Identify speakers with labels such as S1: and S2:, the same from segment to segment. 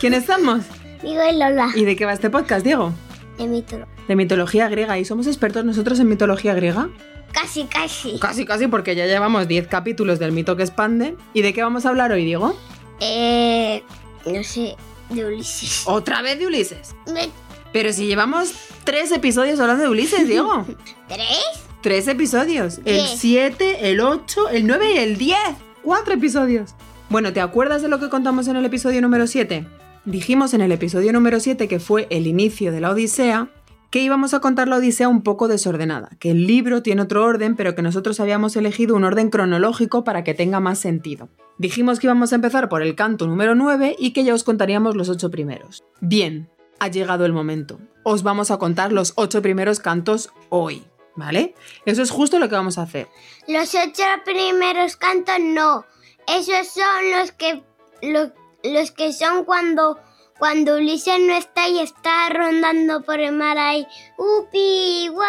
S1: ¿Quiénes somos?
S2: Digo y Lola.
S1: ¿Y de qué va este podcast, Diego?
S2: De mito.
S1: De mitología griega. ¿Y somos expertos nosotros en mitología griega?
S2: Casi, casi.
S1: Casi, casi, porque ya llevamos 10 capítulos del mito que expande. ¿Y de qué vamos a hablar hoy, Diego?
S2: Eh. No sé, de Ulises.
S1: ¿Otra vez de Ulises?
S2: Me-
S1: Pero si llevamos tres episodios hablando de Ulises, Diego.
S2: ¿Tres?
S1: Tres episodios. El
S2: Diez.
S1: 7, el 8, el 9 y el 10. Cuatro episodios. Bueno, ¿te acuerdas de lo que contamos en el episodio número 7? Dijimos en el episodio número 7, que fue el inicio de la Odisea, que íbamos a contar la Odisea un poco desordenada, que el libro tiene otro orden, pero que nosotros habíamos elegido un orden cronológico para que tenga más sentido. Dijimos que íbamos a empezar por el canto número 9 y que ya os contaríamos los ocho primeros. Bien, ha llegado el momento. Os vamos a contar los ocho primeros cantos hoy, ¿vale? Eso es justo lo que vamos a hacer.
S2: Los ocho primeros cantos no. Esos son los que lo- los que son cuando cuando Ulises no está y está rondando por el mar ahí. Upi, guau,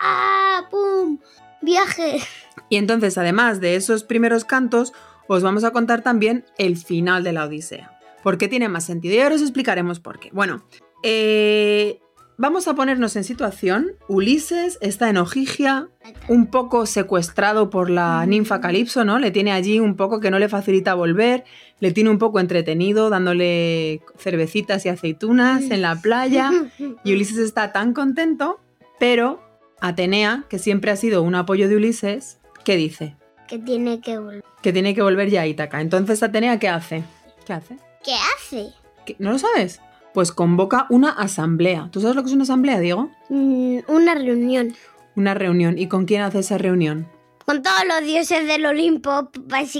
S2: ah, pum. Viaje.
S1: Y entonces, además de esos primeros cantos, os vamos a contar también el final de la Odisea. ¿Por qué tiene más sentido? Y ahora os explicaremos por qué. Bueno, eh, vamos a ponernos en situación. Ulises está en Ojigia, un poco secuestrado por la ninfa Calipso, ¿no? Le tiene allí un poco que no le facilita volver, le tiene un poco entretenido dándole cervecitas y aceitunas en la playa. Y Ulises está tan contento, pero Atenea, que siempre ha sido un apoyo de Ulises, ¿qué dice?
S2: que tiene que volver.
S1: Que tiene que volver ya a Ítaca. Entonces, Atenea, ¿qué hace? ¿Qué hace?
S2: ¿Qué hace?
S1: ¿Qué- ¿No lo sabes? Pues convoca una asamblea. ¿Tú sabes lo que es una asamblea, Diego?
S2: Mm, una reunión
S1: Una reunión. ¿Y con quién hace esa reunión?
S2: con todos los dioses del Olimpo,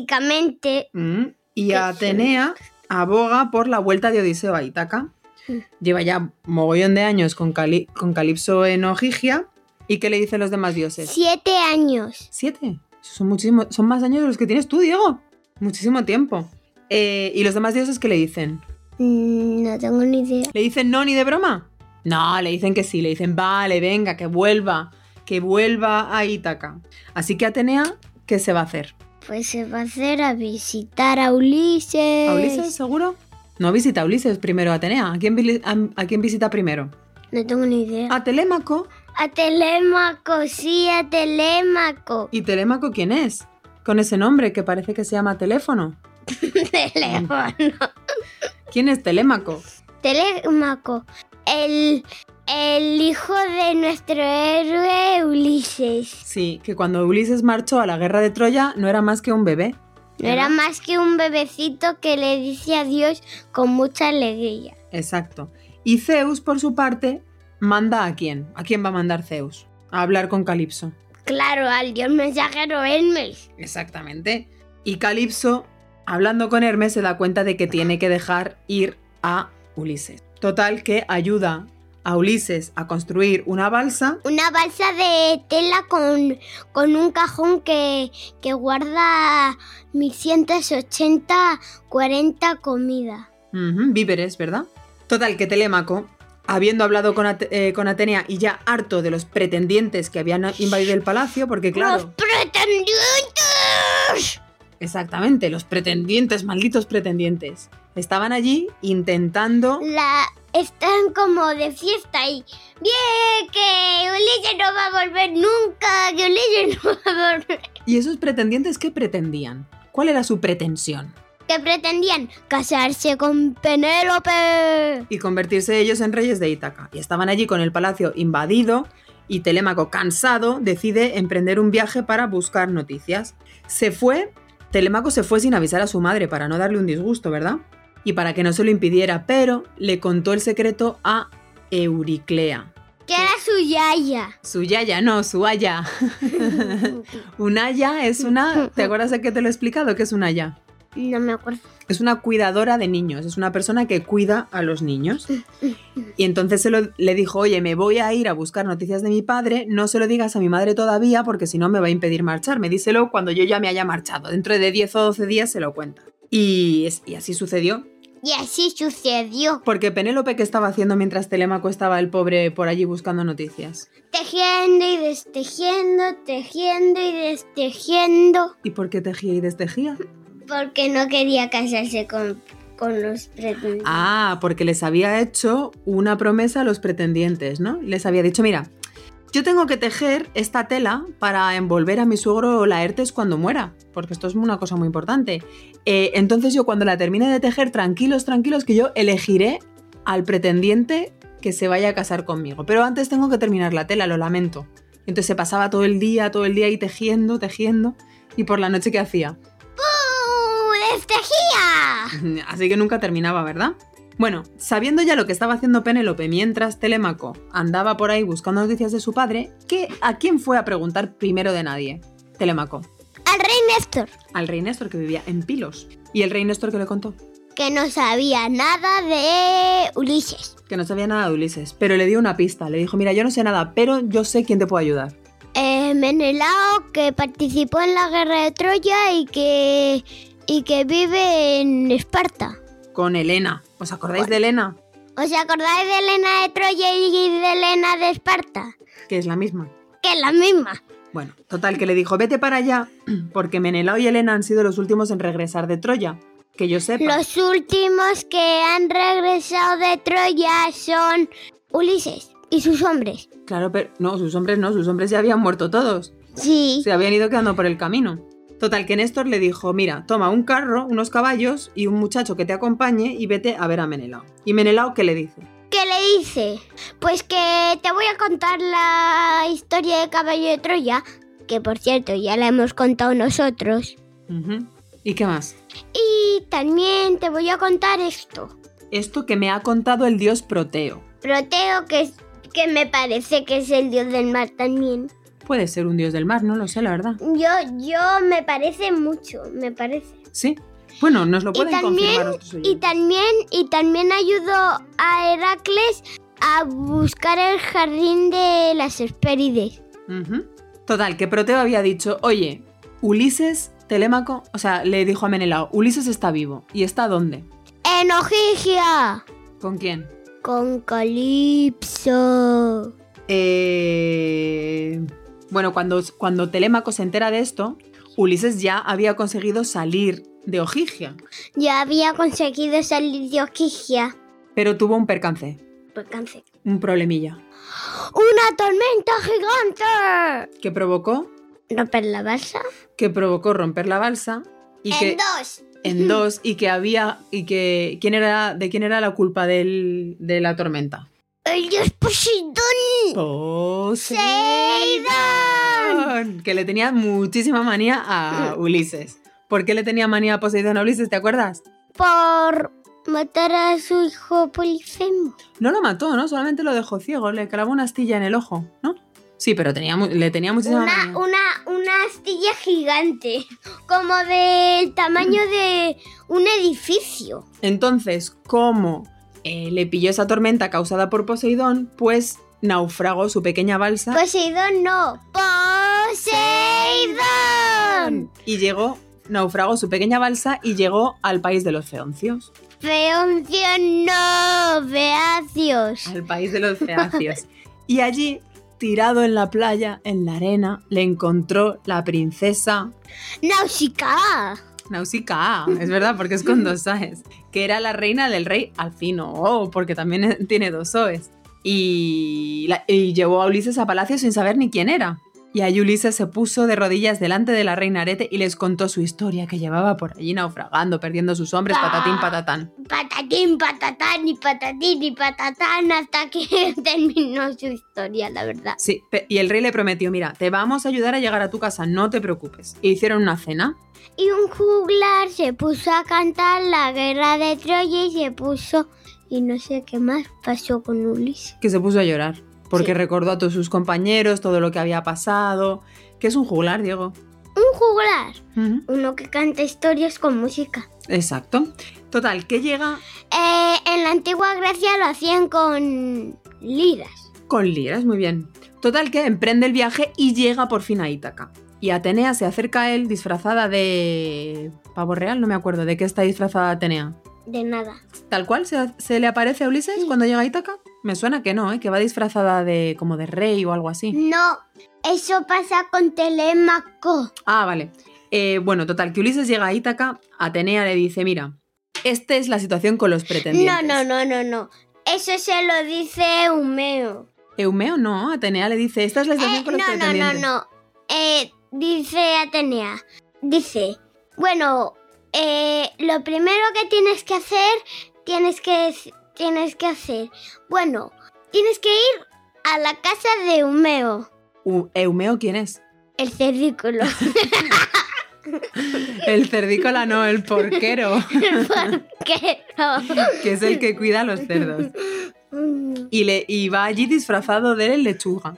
S2: básicamente.
S1: Mm. Y
S2: Qué
S1: Atenea aboga por la vuelta de Odiseo a Ítaca.
S2: Mm.
S1: Lleva ya mogollón de años con, Cali- con Calipso en Ojigia. ¿Y qué le dicen los demás dioses?
S2: Siete años.
S1: Siete. Son muchísimo, son más años de los que tienes tú, Diego. Muchísimo tiempo. Eh, ¿Y los demás dioses qué le dicen?
S2: Mm, no tengo ni idea.
S1: ¿Le dicen no ni de broma? No, le dicen que sí, le dicen vale, venga, que vuelva, que vuelva a Ítaca. Así que Atenea, ¿qué se va a hacer?
S2: Pues se va a hacer a visitar a Ulises.
S1: ¿A Ulises, seguro? No visita a Ulises primero Atenea. ¿A quién, vili- a- a quién visita primero?
S2: No tengo ni idea.
S1: A Telémaco.
S2: A Telémaco, sí, a Telémaco.
S1: ¿Y Telémaco quién es? Con ese nombre que parece que se llama teléfono.
S2: Teléfono.
S1: ¿Quién es Telémaco?
S2: Telémaco. El, el hijo de nuestro héroe Ulises.
S1: Sí, que cuando Ulises marchó a la guerra de Troya no era más que un bebé.
S2: No era más que un bebecito que le dice adiós con mucha alegría.
S1: Exacto. Y Zeus, por su parte, manda a quién? ¿A quién va a mandar Zeus? A hablar con Calipso.
S2: Claro, al dios mensajero Hermes.
S1: Exactamente. Y Calipso, hablando con Hermes, se da cuenta de que tiene que dejar ir a Ulises. Total que ayuda a Ulises a construir una balsa.
S2: Una balsa de tela con, con un cajón que, que guarda 1180, 40 comida.
S1: Ujú, víveres, ¿verdad? Total que Telémaco, habiendo hablado con, Ate- eh, con Atenea y ya harto de los pretendientes que habían invadido el palacio, porque
S2: ¡Los
S1: claro...
S2: pretendientes!
S1: Exactamente, los pretendientes, malditos pretendientes. Estaban allí intentando...
S2: La, están como de fiesta y... ¡Bien! Que Ulises no va a volver nunca, que Ulises no va a volver.
S1: ¿Y esos pretendientes qué pretendían? ¿Cuál era su pretensión?
S2: Que pretendían casarse con Penélope.
S1: Y convertirse ellos en reyes de Ítaca. Y estaban allí con el palacio invadido y Telémaco, cansado, decide emprender un viaje para buscar noticias. Se fue, Telémaco se fue sin avisar a su madre para no darle un disgusto, ¿verdad? Y para que no se lo impidiera, pero le contó el secreto a Euriclea.
S2: Que era su yaya.
S1: Su yaya, no, su haya. Un haya es una. ¿Te acuerdas de que te lo he explicado? ¿Qué es un haya?
S2: no me acuerdo.
S1: Es una cuidadora de niños, es una persona que cuida a los niños. Y entonces se lo- le dijo: Oye, me voy a ir a buscar noticias de mi padre, no se lo digas a mi madre todavía porque si no me va a impedir marcharme. Díselo cuando yo ya me haya marchado. Dentro de 10 o 12 días se lo cuenta. Y, es- y así sucedió.
S2: Y así sucedió.
S1: Porque Penélope, ¿qué estaba haciendo mientras Telémaco estaba el pobre por allí buscando noticias?
S2: Tejiendo y destejiendo, tejiendo y destejiendo.
S1: ¿Y por qué tejía y destejía?
S2: Porque no quería casarse con con los pretendientes.
S1: Ah, porque les había hecho una promesa a los pretendientes, ¿no? Les había dicho, mira, yo tengo que tejer esta tela para envolver a mi suegro Laertes cuando muera, porque esto es una cosa muy importante. Eh, entonces yo cuando la termine de tejer, tranquilos, tranquilos, que yo elegiré al pretendiente que se vaya a casar conmigo. Pero antes tengo que terminar la tela, lo lamento. Entonces se pasaba todo el día, todo el día ahí tejiendo, tejiendo. Y por la noche, ¿qué hacía?
S2: ¡Bú! ¡Oh, ¡Destejía!
S1: Así que nunca terminaba, ¿verdad? Bueno, sabiendo ya lo que estaba haciendo Penélope mientras Telémaco andaba por ahí buscando noticias de su padre, ¿qué, ¿a quién fue a preguntar primero de nadie? Telémaco.
S2: Al rey Néstor,
S1: Al rey Néstor que vivía en Pilos. ¿Y el rey Néstor que le contó?
S2: que no sabía nada de Ulises.
S1: Que no sabía nada de Ulises, pero le dio una pista. Le dijo, mira, yo no sé nada, pero yo sé quién te puede ayudar.
S2: Eh, Menelao, que participó en la guerra de Troya y que, y que vive en Esparta.
S1: Con Elena. ¿Os acordáis de Elena?
S2: ¿Os acordáis de Elena de Troya y de Elena de Esparta?
S1: Que es la misma.
S2: Que es la misma.
S1: Bueno, total, que le dijo, vete para allá, porque Menelao y Elena han sido los últimos en regresar de Troya. Que yo sepa.
S2: Los últimos que han regresado de Troya son Ulises y sus hombres.
S1: Claro, pero no, sus hombres no, sus hombres ya habían muerto todos.
S2: Sí.
S1: Se habían ido quedando por el camino. Total, que Néstor le dijo, mira, toma un carro, unos caballos y un muchacho que te acompañe y vete a ver a Menelao. ¿Y Menelao qué le dice?
S2: ¿Qué le dice? Pues que te voy a contar la historia de Caballo de Troya, que por cierto ya la hemos contado nosotros.
S1: Ujú. ¿Y qué más?
S2: Y también te voy a contar esto.
S1: Esto que me ha contado el dios Proteo.
S2: Proteo, que, es- que me parece que es el dios del mar también.
S1: Puede ser un dios del mar, no lo sé, la verdad.
S2: Yo, yo me parece mucho, me parece.
S1: Sí. Bueno, nos lo
S2: Y
S1: pueden confirmar
S2: también,
S1: nuestros
S2: y
S1: oyentes.
S2: también, y también ayudó a Heracles a buscar el jardín de las Hespérides.
S1: Ujú. Total, que Proteo había dicho, oye, Ulises, Telémaco, o sea, le dijo a Menelao, Ulises está vivo. ¿Y está dónde?
S2: ¡En Ojigia!
S1: ¿Con quién?
S2: Con Calipso.
S1: Eh, Bueno, cuando, cuando Telémaco se entera de esto, Ulises ya había conseguido salir de Ojigia,
S2: Ya había conseguido salir de Ojigia.
S1: pero tuvo un percance,
S2: Por cáncer.
S1: un problemilla,
S2: ¡Una tormenta gigante!
S1: que provocó,
S2: ¿Romper la balsa?
S1: que provocó romper la balsa y que
S2: dos.
S1: en dos y que había y que quién era de quién era la culpa del- de la tormenta. Oh,
S2: ¡El dios Poseidón! ¡Poseidón!
S1: Que le tenía muchísima manía a Ulises. ¿Por qué le tenía manía a Poseidón a Ulises? ¿Te acuerdas?
S2: Por matar a su hijo Polifemo.
S1: No lo mató, ¿no? Solamente lo dejó ciego, le clavó una astilla en el ojo, ¿no? Sí, pero tenía mu- le tenía muchísima
S2: Una,
S1: manía.
S2: una, una astilla gigante. Como del tamaño de un edificio.
S1: Entonces, como eh, le pilló esa tormenta causada por Poseidón, pues naufragó su pequeña balsa
S2: Poseidón no. ¡Poseidón!
S1: y llegó, naufragó su pequeña balsa y llegó al país de los feoncios.
S2: Feoncio no. Beacios.
S1: Al país de los feacios. y allí, tirado en la playa, en la arena, le encontró la princesa
S2: Náusica.
S1: Nausicaa, es verdad, porque es con dos A's, que era la reina del rey Alfino, oh, porque también tiene dos O's. Y, la- y llevó a Ulises a palacio sin saber ni quién era. Y allí Ulises se puso de rodillas delante de la reina Arete y les contó su historia, que llevaba por allí naufragando, perdiendo sus hombres,
S2: Bah.
S1: patatín, patatán.
S2: patatín, patatán y patatín y patatán hasta que terminó su historia, la verdad.
S1: Sí, pe- y el rey le prometió, mira, te vamos a ayudar a llegar a tu casa, no te preocupes. E hicieron una cena,
S2: Y un juglar se puso a cantar la guerra de Troya y se puso... Y no sé qué más pasó con Ulises.
S1: que se puso a llorar, porque
S2: Sí.
S1: recordó a todos sus compañeros, todo lo que había pasado, que es un juglar, Diego.
S2: Un juglar,
S1: Ujú.
S2: uno que canta historias con música.
S1: Exacto. Total, que llega
S2: Eh, en la antigua Grecia lo hacían con liras.
S1: con liras, muy bien. Total, que emprende el viaje y llega por fin a Ítaca. Y Atenea se acerca a él disfrazada de... pavo real, no me acuerdo, ¿de qué está disfrazada Atenea?
S2: De nada.
S1: ¿Tal cual se, se le aparece a Ulises
S2: Sí.
S1: cuando llega a Ítaca? Me suena que no, ¿eh? que va disfrazada de como de rey o algo así.
S2: No, eso pasa con Telémaco.
S1: Ah, vale. Eh, bueno, total, que Ulises llega a Ítaca, Atenea le dice, mira, esta es la situación con los
S2: No,
S1: pretendientes.
S2: no, no, no, no. Eso se lo dice Eumeo.
S1: Eumeo no, Atenea le dice, esta es la situación
S2: Eh,
S1: con los
S2: no, no, no,
S1: pretendientes.
S2: no. Eh, dice Atenea. Dice, bueno, eh, lo primero que tienes que hacer, tienes que, tienes que hacer. Bueno, tienes que ir a la casa de Eumeo,
S1: U- ¿Eumeo quién es?
S2: el cerdículo.
S1: El cerdícola no, el porquero,
S2: Porque no.
S1: que es el que cuida a los cerdos. Y, le, y va allí disfrazado de lechuga.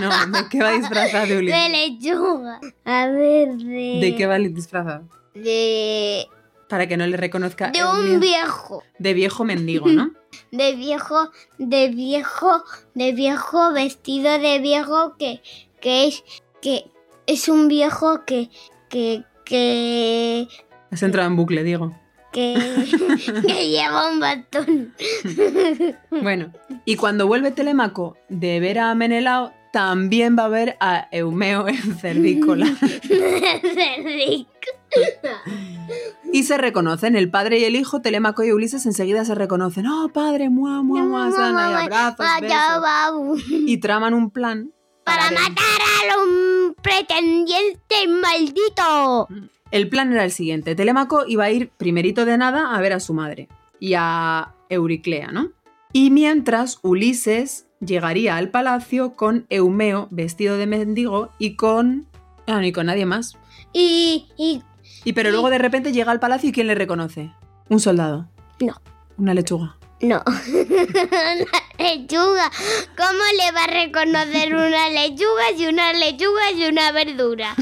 S1: No, ¿de qué va disfrazado, Uli?
S2: De lechuga. A ver, de.
S1: ¿De qué va disfrazado?
S2: De.
S1: Para que no le reconozca
S2: De
S1: Eumeo.
S2: un viejo.
S1: de viejo mendigo, ¿no?
S2: De viejo, de viejo, de viejo vestido de viejo que, que es. que es un viejo que. que. que.
S1: Has entrado en bucle, digo.
S2: que, que lleva un batón.
S1: Bueno, y cuando vuelve Telémaco de ver a Menelao, también va a ver a Eumeo en cerdícola.
S2: Cerdículo.
S1: Y se reconocen, el padre y el hijo, Telémaco y Ulises, enseguida se reconocen. ¡Oh, padre, mua, mua, mua! Ah, se dan ahí abrazos,
S2: Vaya
S1: besos.
S2: babu.
S1: Y traman un plan
S2: Para
S1: ver-
S2: matar a los pretendientes malditos.
S1: Mm. El plan era el siguiente. Telémaco iba a ir primerito de nada a ver a su madre y a Euriclea, ¿no? Y mientras Ulises llegaría al palacio con Eumeo vestido de mendigo y con... Ah, no, y con nadie más.
S2: Y, y
S1: Y pero luego de repente llega al palacio y ¿quién le reconoce? Un soldado.
S2: No.
S1: Una lechuga.
S2: no. una lechuga. ¿Cómo le va a reconocer una lechuga y una lechuga y una verdura?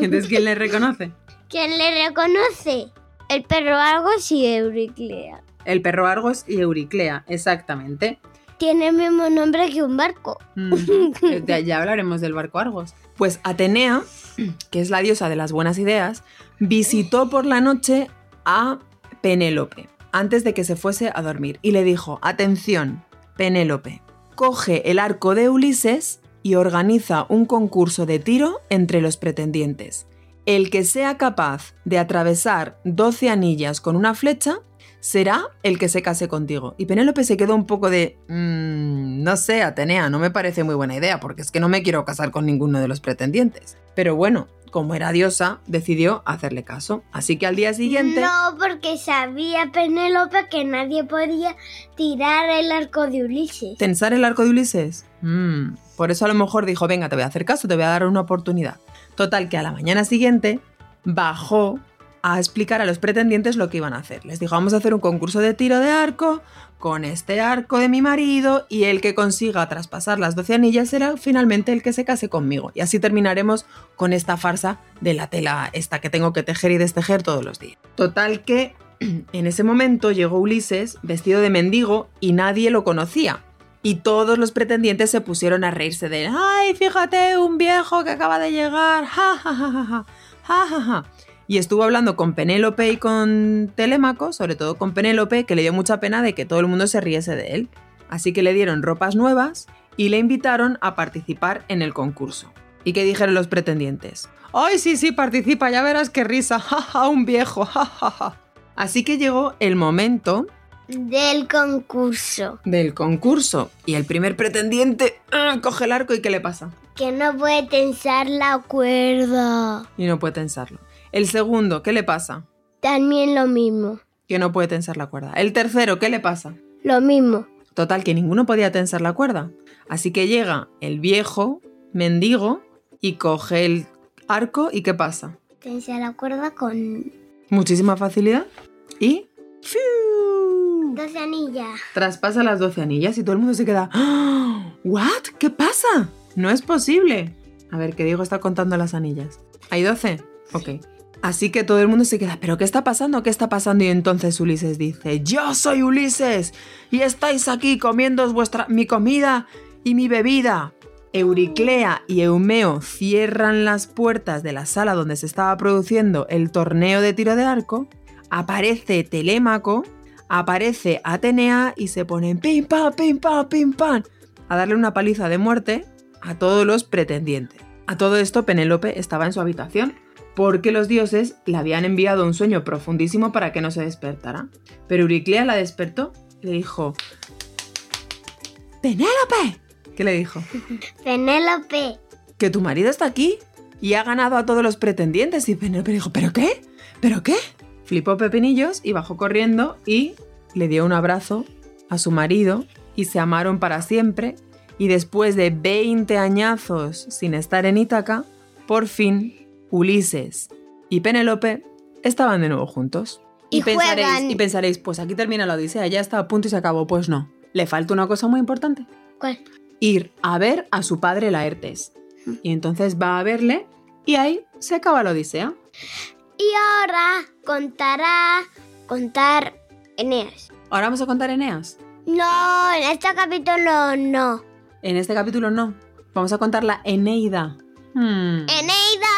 S1: Entonces, ¿quién le reconoce?
S2: ¿Quién le reconoce? El perro algo sí, Euriclea.
S1: El perro Argos y Euriclea, exactamente.
S2: Tiene el mismo nombre que un barco.
S1: Ujú. Ya, ya hablaremos del barco Argos. Mm. Pues Atenea, que es la diosa de las buenas ideas, visitó por la noche a Penélope antes de que se fuese a dormir y le dijo, atención, Penélope, coge el arco de Ulises y organiza un concurso de tiro entre los pretendientes. El que sea capaz de atravesar 12 anillas con una flecha será el que se case contigo. Y Penélope se quedó un poco de... "Mm, no sé, Atenea, no me parece muy buena idea, porque es que no me quiero casar con ninguno de los pretendientes. Pero bueno, como era diosa, decidió hacerle caso. Así que al día siguiente...
S2: No, porque sabía Penélope que nadie podía tirar el arco de Ulises.
S1: ¿Tensar el arco de Ulises? Mm, Por eso a lo mejor dijo, venga, te voy a hacer caso, te voy a dar una oportunidad. Total, que a la mañana siguiente bajó a explicar a los pretendientes lo que iban a hacer. Les dijo, vamos a hacer un concurso de tiro de arco con este arco de mi marido y el que consiga traspasar las 12 anillas será finalmente el que se case conmigo. Y así terminaremos con esta farsa de la tela esta que tengo que tejer y destejer todos los días. Total que en ese momento llegó Ulises vestido de mendigo y nadie lo conocía. Y todos los pretendientes se pusieron a reírse de él. ¡Ay, fíjate, un viejo que acaba de llegar! ¡Ja, ja, ja, ja, ja! ¡Ja, ja, ja! Y estuvo hablando con Penélope y con Telémaco, sobre todo con Penélope, que le dio mucha pena de que todo el mundo se riese de él. Así que le dieron ropas nuevas y le invitaron a participar en el concurso. ¿Y qué dijeron los pretendientes? ¡Ay, sí, sí, participa! Ya verás qué risa. ¡Ja, ja, un viejo! ¡Ja, ja, ja! Así que llegó el momento
S2: Del concurso.
S1: del concurso y el primer pretendiente ¡ah!, coge el arco y ¿qué le pasa?
S2: Que no puede tensar la cuerda.
S1: Y no puede tensarlo. El segundo, ¿qué le pasa?
S2: También lo mismo.
S1: Que no puede tensar la cuerda. El tercero, ¿qué le pasa?
S2: Lo mismo.
S1: Total, que ninguno podía tensar la cuerda. Así que llega el viejo mendigo y coge el arco y ¿qué pasa?
S2: Tensar la cuerda con
S1: Muchísima facilidad y... ¡fiu!
S2: dos anillas.
S1: Traspasa las 12 anillas y todo el mundo se queda. "¡Ah! ¿What? ¿Qué pasa? No es posible. A ver, que Diego está contando las anillas. ¿Hay 12? Ok. Así que todo el mundo se queda, ¿pero qué está pasando? ¿Qué está pasando? Y entonces Ulises dice, yo soy Ulises y estáis aquí comiendo vuestra, mi comida y mi bebida. Euriclea y Eumeo cierran las puertas de la sala donde se estaba produciendo el torneo de tiro de arco. Aparece Telémaco, aparece Atenea y se ponen pim pam, pim pam, pim pam a darle una paliza de muerte a todos los pretendientes. A todo esto Penélope estaba en su habitación porque los dioses le habían enviado un sueño profundísimo para que no se despertara. Pero Euriclea la despertó y le dijo, ¡Penélope! ¿Qué le dijo?
S2: Penélope.
S1: Que tu marido está aquí y ha ganado a todos los pretendientes. Y Penélope dijo, ¿pero qué? ¿Pero qué? Flipó Pepinillos y bajó corriendo y le dio un abrazo a su marido y se amaron para siempre. Y después de 20 añazos sin estar en Ítaca, por fin Ulises y Penélope estaban de nuevo juntos.
S2: Y juegan.
S1: pensaréis, y pensaréis, pues aquí termina la Odisea, ya está a punto y se acabó. Pues no, le falta una cosa muy importante
S2: ¿Cuál?
S1: ir a ver a su padre Laertes.
S2: Hmm.
S1: Y entonces va a verle y ahí se acaba la Odisea.
S2: Y ahora contará contar Eneas.
S1: Ahora vamos a contar Eneas.
S2: No, en este capítulo no.
S1: En este capítulo no. Vamos a contar la Eneida. Hmm.
S2: Eneida,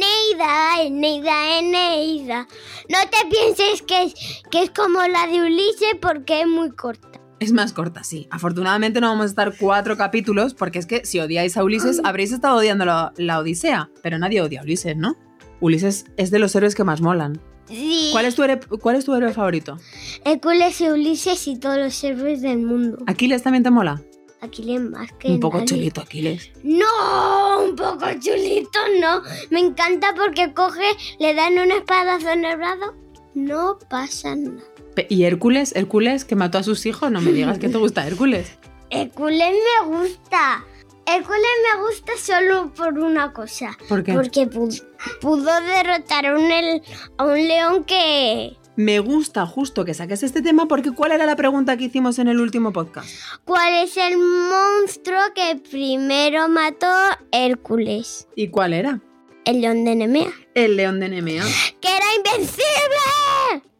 S2: Eneida, Eneida, Eneida. No te pienses que es, que es como la de Ulises porque es muy corta.
S1: Es más corta, sí. Afortunadamente no vamos a estar cuatro capítulos porque es que si odiáis a Ulises habréis estado odiando la, la Odisea. Pero nadie odia a Ulises, ¿no? Ulises es de los héroes que más molan.
S2: Sí.
S1: ¿Cuál es tu, here- cuál es tu héroe favorito?
S2: Hércules y Ulises y todos los héroes del mundo.
S1: ¿Aquiles también te mola?
S2: Aquiles más que
S1: Ah. Un poco
S2: nadie.
S1: chulito, Aquiles.
S2: No, un poco chulito, no. Me encanta porque coge, le dan una espadazo en el brazo. No pasa nada.
S1: Pe- ¿Y Hércules? ¿Hércules que mató a sus hijos? No me digas que te gusta Hércules.
S2: Hércules me gusta. Hércules me gusta solo por una cosa.
S1: ¿Por qué?
S2: Porque pu- pudo derrotar a un, el- a un león que...
S1: Me gusta justo que saques este tema porque ¿cuál era la pregunta que hicimos en el último podcast?
S2: ¿Cuál es el monstruo que primero mató Hércules?
S1: ¿Y cuál era?
S2: El león de Nemea.
S1: El león de Nemea,
S2: ¡Que era invencible!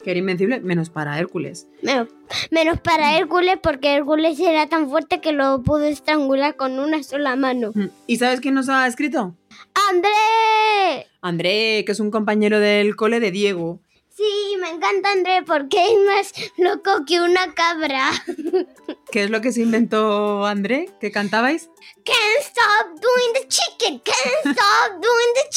S1: que era invencible menos para Hércules.
S2: Menos, menos para Hércules porque Hércules era tan fuerte que lo pudo estrangular con una sola mano.
S1: Mm. ¿Y sabes quién nos ha escrito?
S2: ¡André!
S1: André, que es un compañero del cole de Diego.
S2: Sí, me encanta André porque es más loco que una cabra.
S1: ¿Qué es lo que se inventó André? ¿Qué cantabais?
S2: Can't stop doing the chicken. Can't stop doing the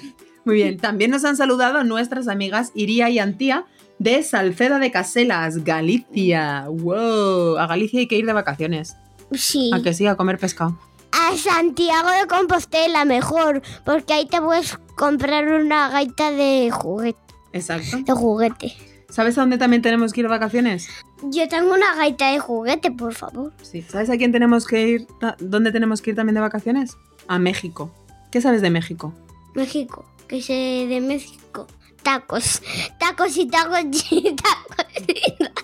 S2: chicken.
S1: Muy bien, también nos han saludado nuestras amigas Iría y Antía de Salceda de Caselas, Galicia. ¡Wow! A Galicia hay que ir de vacaciones.
S2: Sí.
S1: A que sí, a comer pescado.
S2: A Santiago de Compostela mejor porque ahí te puedes comprar una gaita de juguete.
S1: Exacto.
S2: De juguete.
S1: ¿Sabes a dónde también tenemos que ir de vacaciones?
S2: Yo tengo una gaita de juguete, por favor.
S1: Sí. ¿Sabes a quién tenemos que ir? ta- ¿Dónde tenemos que ir también de vacaciones? A México. ¿Qué sabes de México?
S2: México, que es eh, de México. Tacos, tacos y tacos y tacos.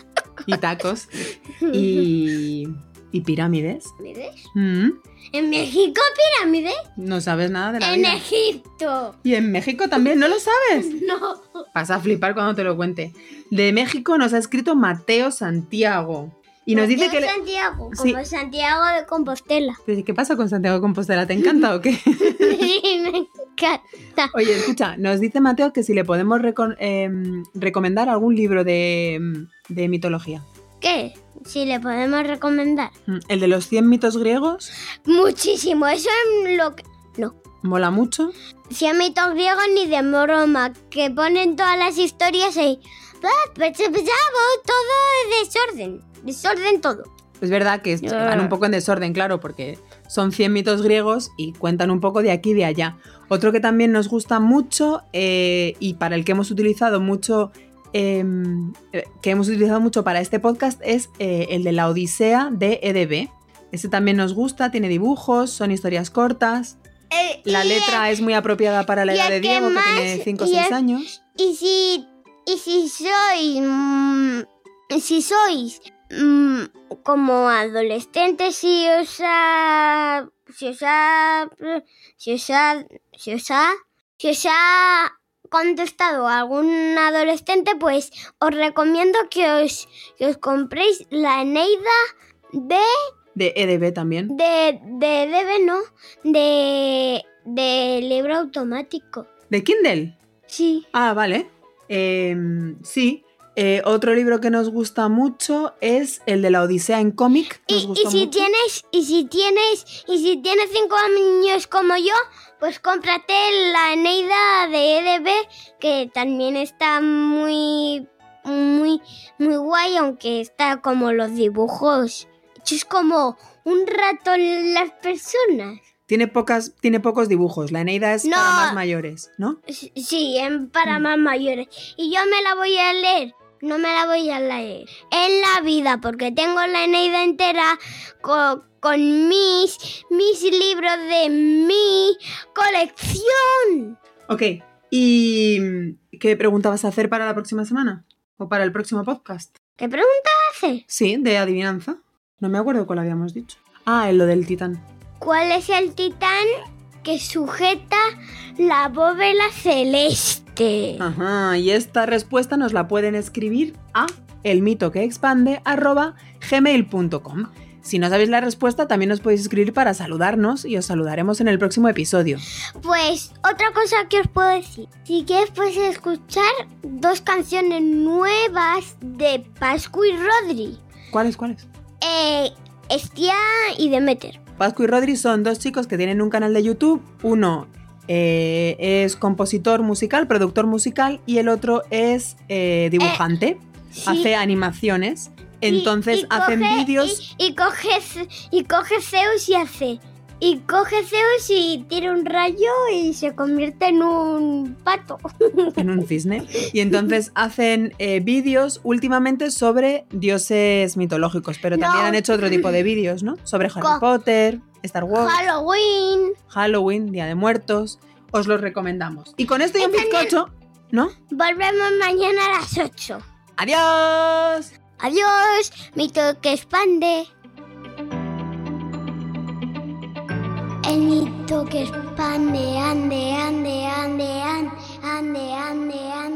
S1: Y tacos. y. y pirámides.
S2: ¿Pirámides?
S1: Mm.
S2: En México pirámides.
S1: No sabes nada de la
S2: En
S1: vida.
S2: Egipto.
S1: Y en México también, ¿no lo sabes?
S2: No.
S1: Vas a flipar cuando te lo cuente. De México nos ha escrito Mateo Santiago. Y nos dice
S2: Mateo
S1: que. le-
S2: Santiago,
S1: Sí.
S2: como Santiago de Compostela.
S1: Dice, ¿Qué pasa con Santiago de Compostela? ¿Te encanta o qué?
S2: sí, me encanta.
S1: Oye, escucha, nos dice Mateo que si le podemos reco- em, recomendar algún libro de, em, de mitología.
S2: ¿Qué? Si le podemos recomendar.
S1: Mm, El de los 100 mitos griegos
S2: Muchísimo. Eso es lo que... No.
S1: mola mucho.
S2: Si a mitos griegos ni de broma, que ponen todas las historias ahí. Bah, pues, pues, ya, voy, todo es desorden. Desorden todo.
S1: Es verdad que est-
S2: Ya.
S1: van un poco en desorden, claro, porque son 100 mitos griegos y cuentan un poco de aquí y de allá. Otro que también nos gusta mucho eh, y para el que hemos utilizado mucho, em, eh, que hemos utilizado mucho para este podcast es eh, el de la Odisea de EDB. Ese también nos gusta, tiene dibujos, son historias cortas.
S2: Eh,
S1: La
S2: y,
S1: letra es muy apropiada para la
S2: y
S1: edad
S2: el que
S1: de Diego, que
S2: más-
S1: tiene 5 o
S2: y
S1: 6
S2: el-
S1: años.
S2: eh, Y si, y si sois, mm, si sois mm, como adolescentes, si os ha, si os ha, si os ha, si os ha, si os ha contestado algún adolescente, pues os recomiendo que os, que os compréis la Eneida de
S1: De EDB también.
S2: de de DB, ¿no? De de libro automático.
S1: ¿De Kindle?
S2: Sí.
S1: Ah, vale. Em, sí, Eh, otro libro que nos gusta mucho es el de la Odisea en cómic.
S2: Y,
S1: Nos gustó
S2: y si
S1: mucho.
S2: tienes, y si tienes, y si tienes cinco años como yo, pues cómprate la Eneida de EDB, que también está muy, muy, muy guay, aunque está como los dibujos. Es como un rato las personas.
S1: Tiene, pocas, tiene pocos dibujos. La Eneida es
S2: No.
S1: para más mayores, ¿no?
S2: S- Sí, en para más mayores. Y yo me la voy a leer. No me la voy a leer. En la vida, porque tengo la Eneida entera co- con, mis, mis libros de mi colección.
S1: Ok. ¿Y mm, qué pregunta vas a hacer para la próxima semana? ¿O para el próximo podcast?
S2: ¿Qué pregunta hace?
S1: Sí, de adivinanza. No me acuerdo cuál habíamos dicho. Ah, en lo del titán.
S2: ¿Cuál es el titán que sujeta la bóveda celeste?
S1: Ah. Ajá, y esta respuesta nos la pueden escribir a elmitoqueexpande.gmail.com. Si no sabéis la respuesta, también os podéis escribir para saludarnos y os saludaremos en el próximo episodio.
S2: Pues otra cosa que os puedo decir, si quieres puedes escuchar dos canciones nuevas de Pascu y Rodri,
S1: ¿Cuáles, cuáles?
S2: eh, Estia y Demeter.
S1: Pascu y Rodri son dos chicos que tienen un canal de YouTube. Uno eh, es compositor musical, productor musical, y el otro es eh, dibujante.
S2: Sí,
S1: Hace animaciones.
S2: y-
S1: Entonces
S2: y
S1: hacen
S2: coge-
S1: vídeos.
S2: Y, y coge, Ce- y coge Zeus y hace... Y coge Zeus y tira un rayo y se convierte en un pato.
S1: en un cisne. Y entonces hacen eh, vídeos últimamente sobre dioses mitológicos, pero también
S2: No.
S1: han hecho otro tipo de vídeos, ¿no? Sobre Harry
S2: Co-
S1: Potter, Star Wars,
S2: Halloween.
S1: Halloween, Día de Muertos. Os los recomendamos. Y con esto y un
S2: Y también-
S1: bizcocho, ¿no?
S2: Volvemos mañana a las 8.
S1: ¡Adiós!
S2: Adiós, mito que expande. El mito que expande, ande, ande, ande, ande, ande, ande, ande.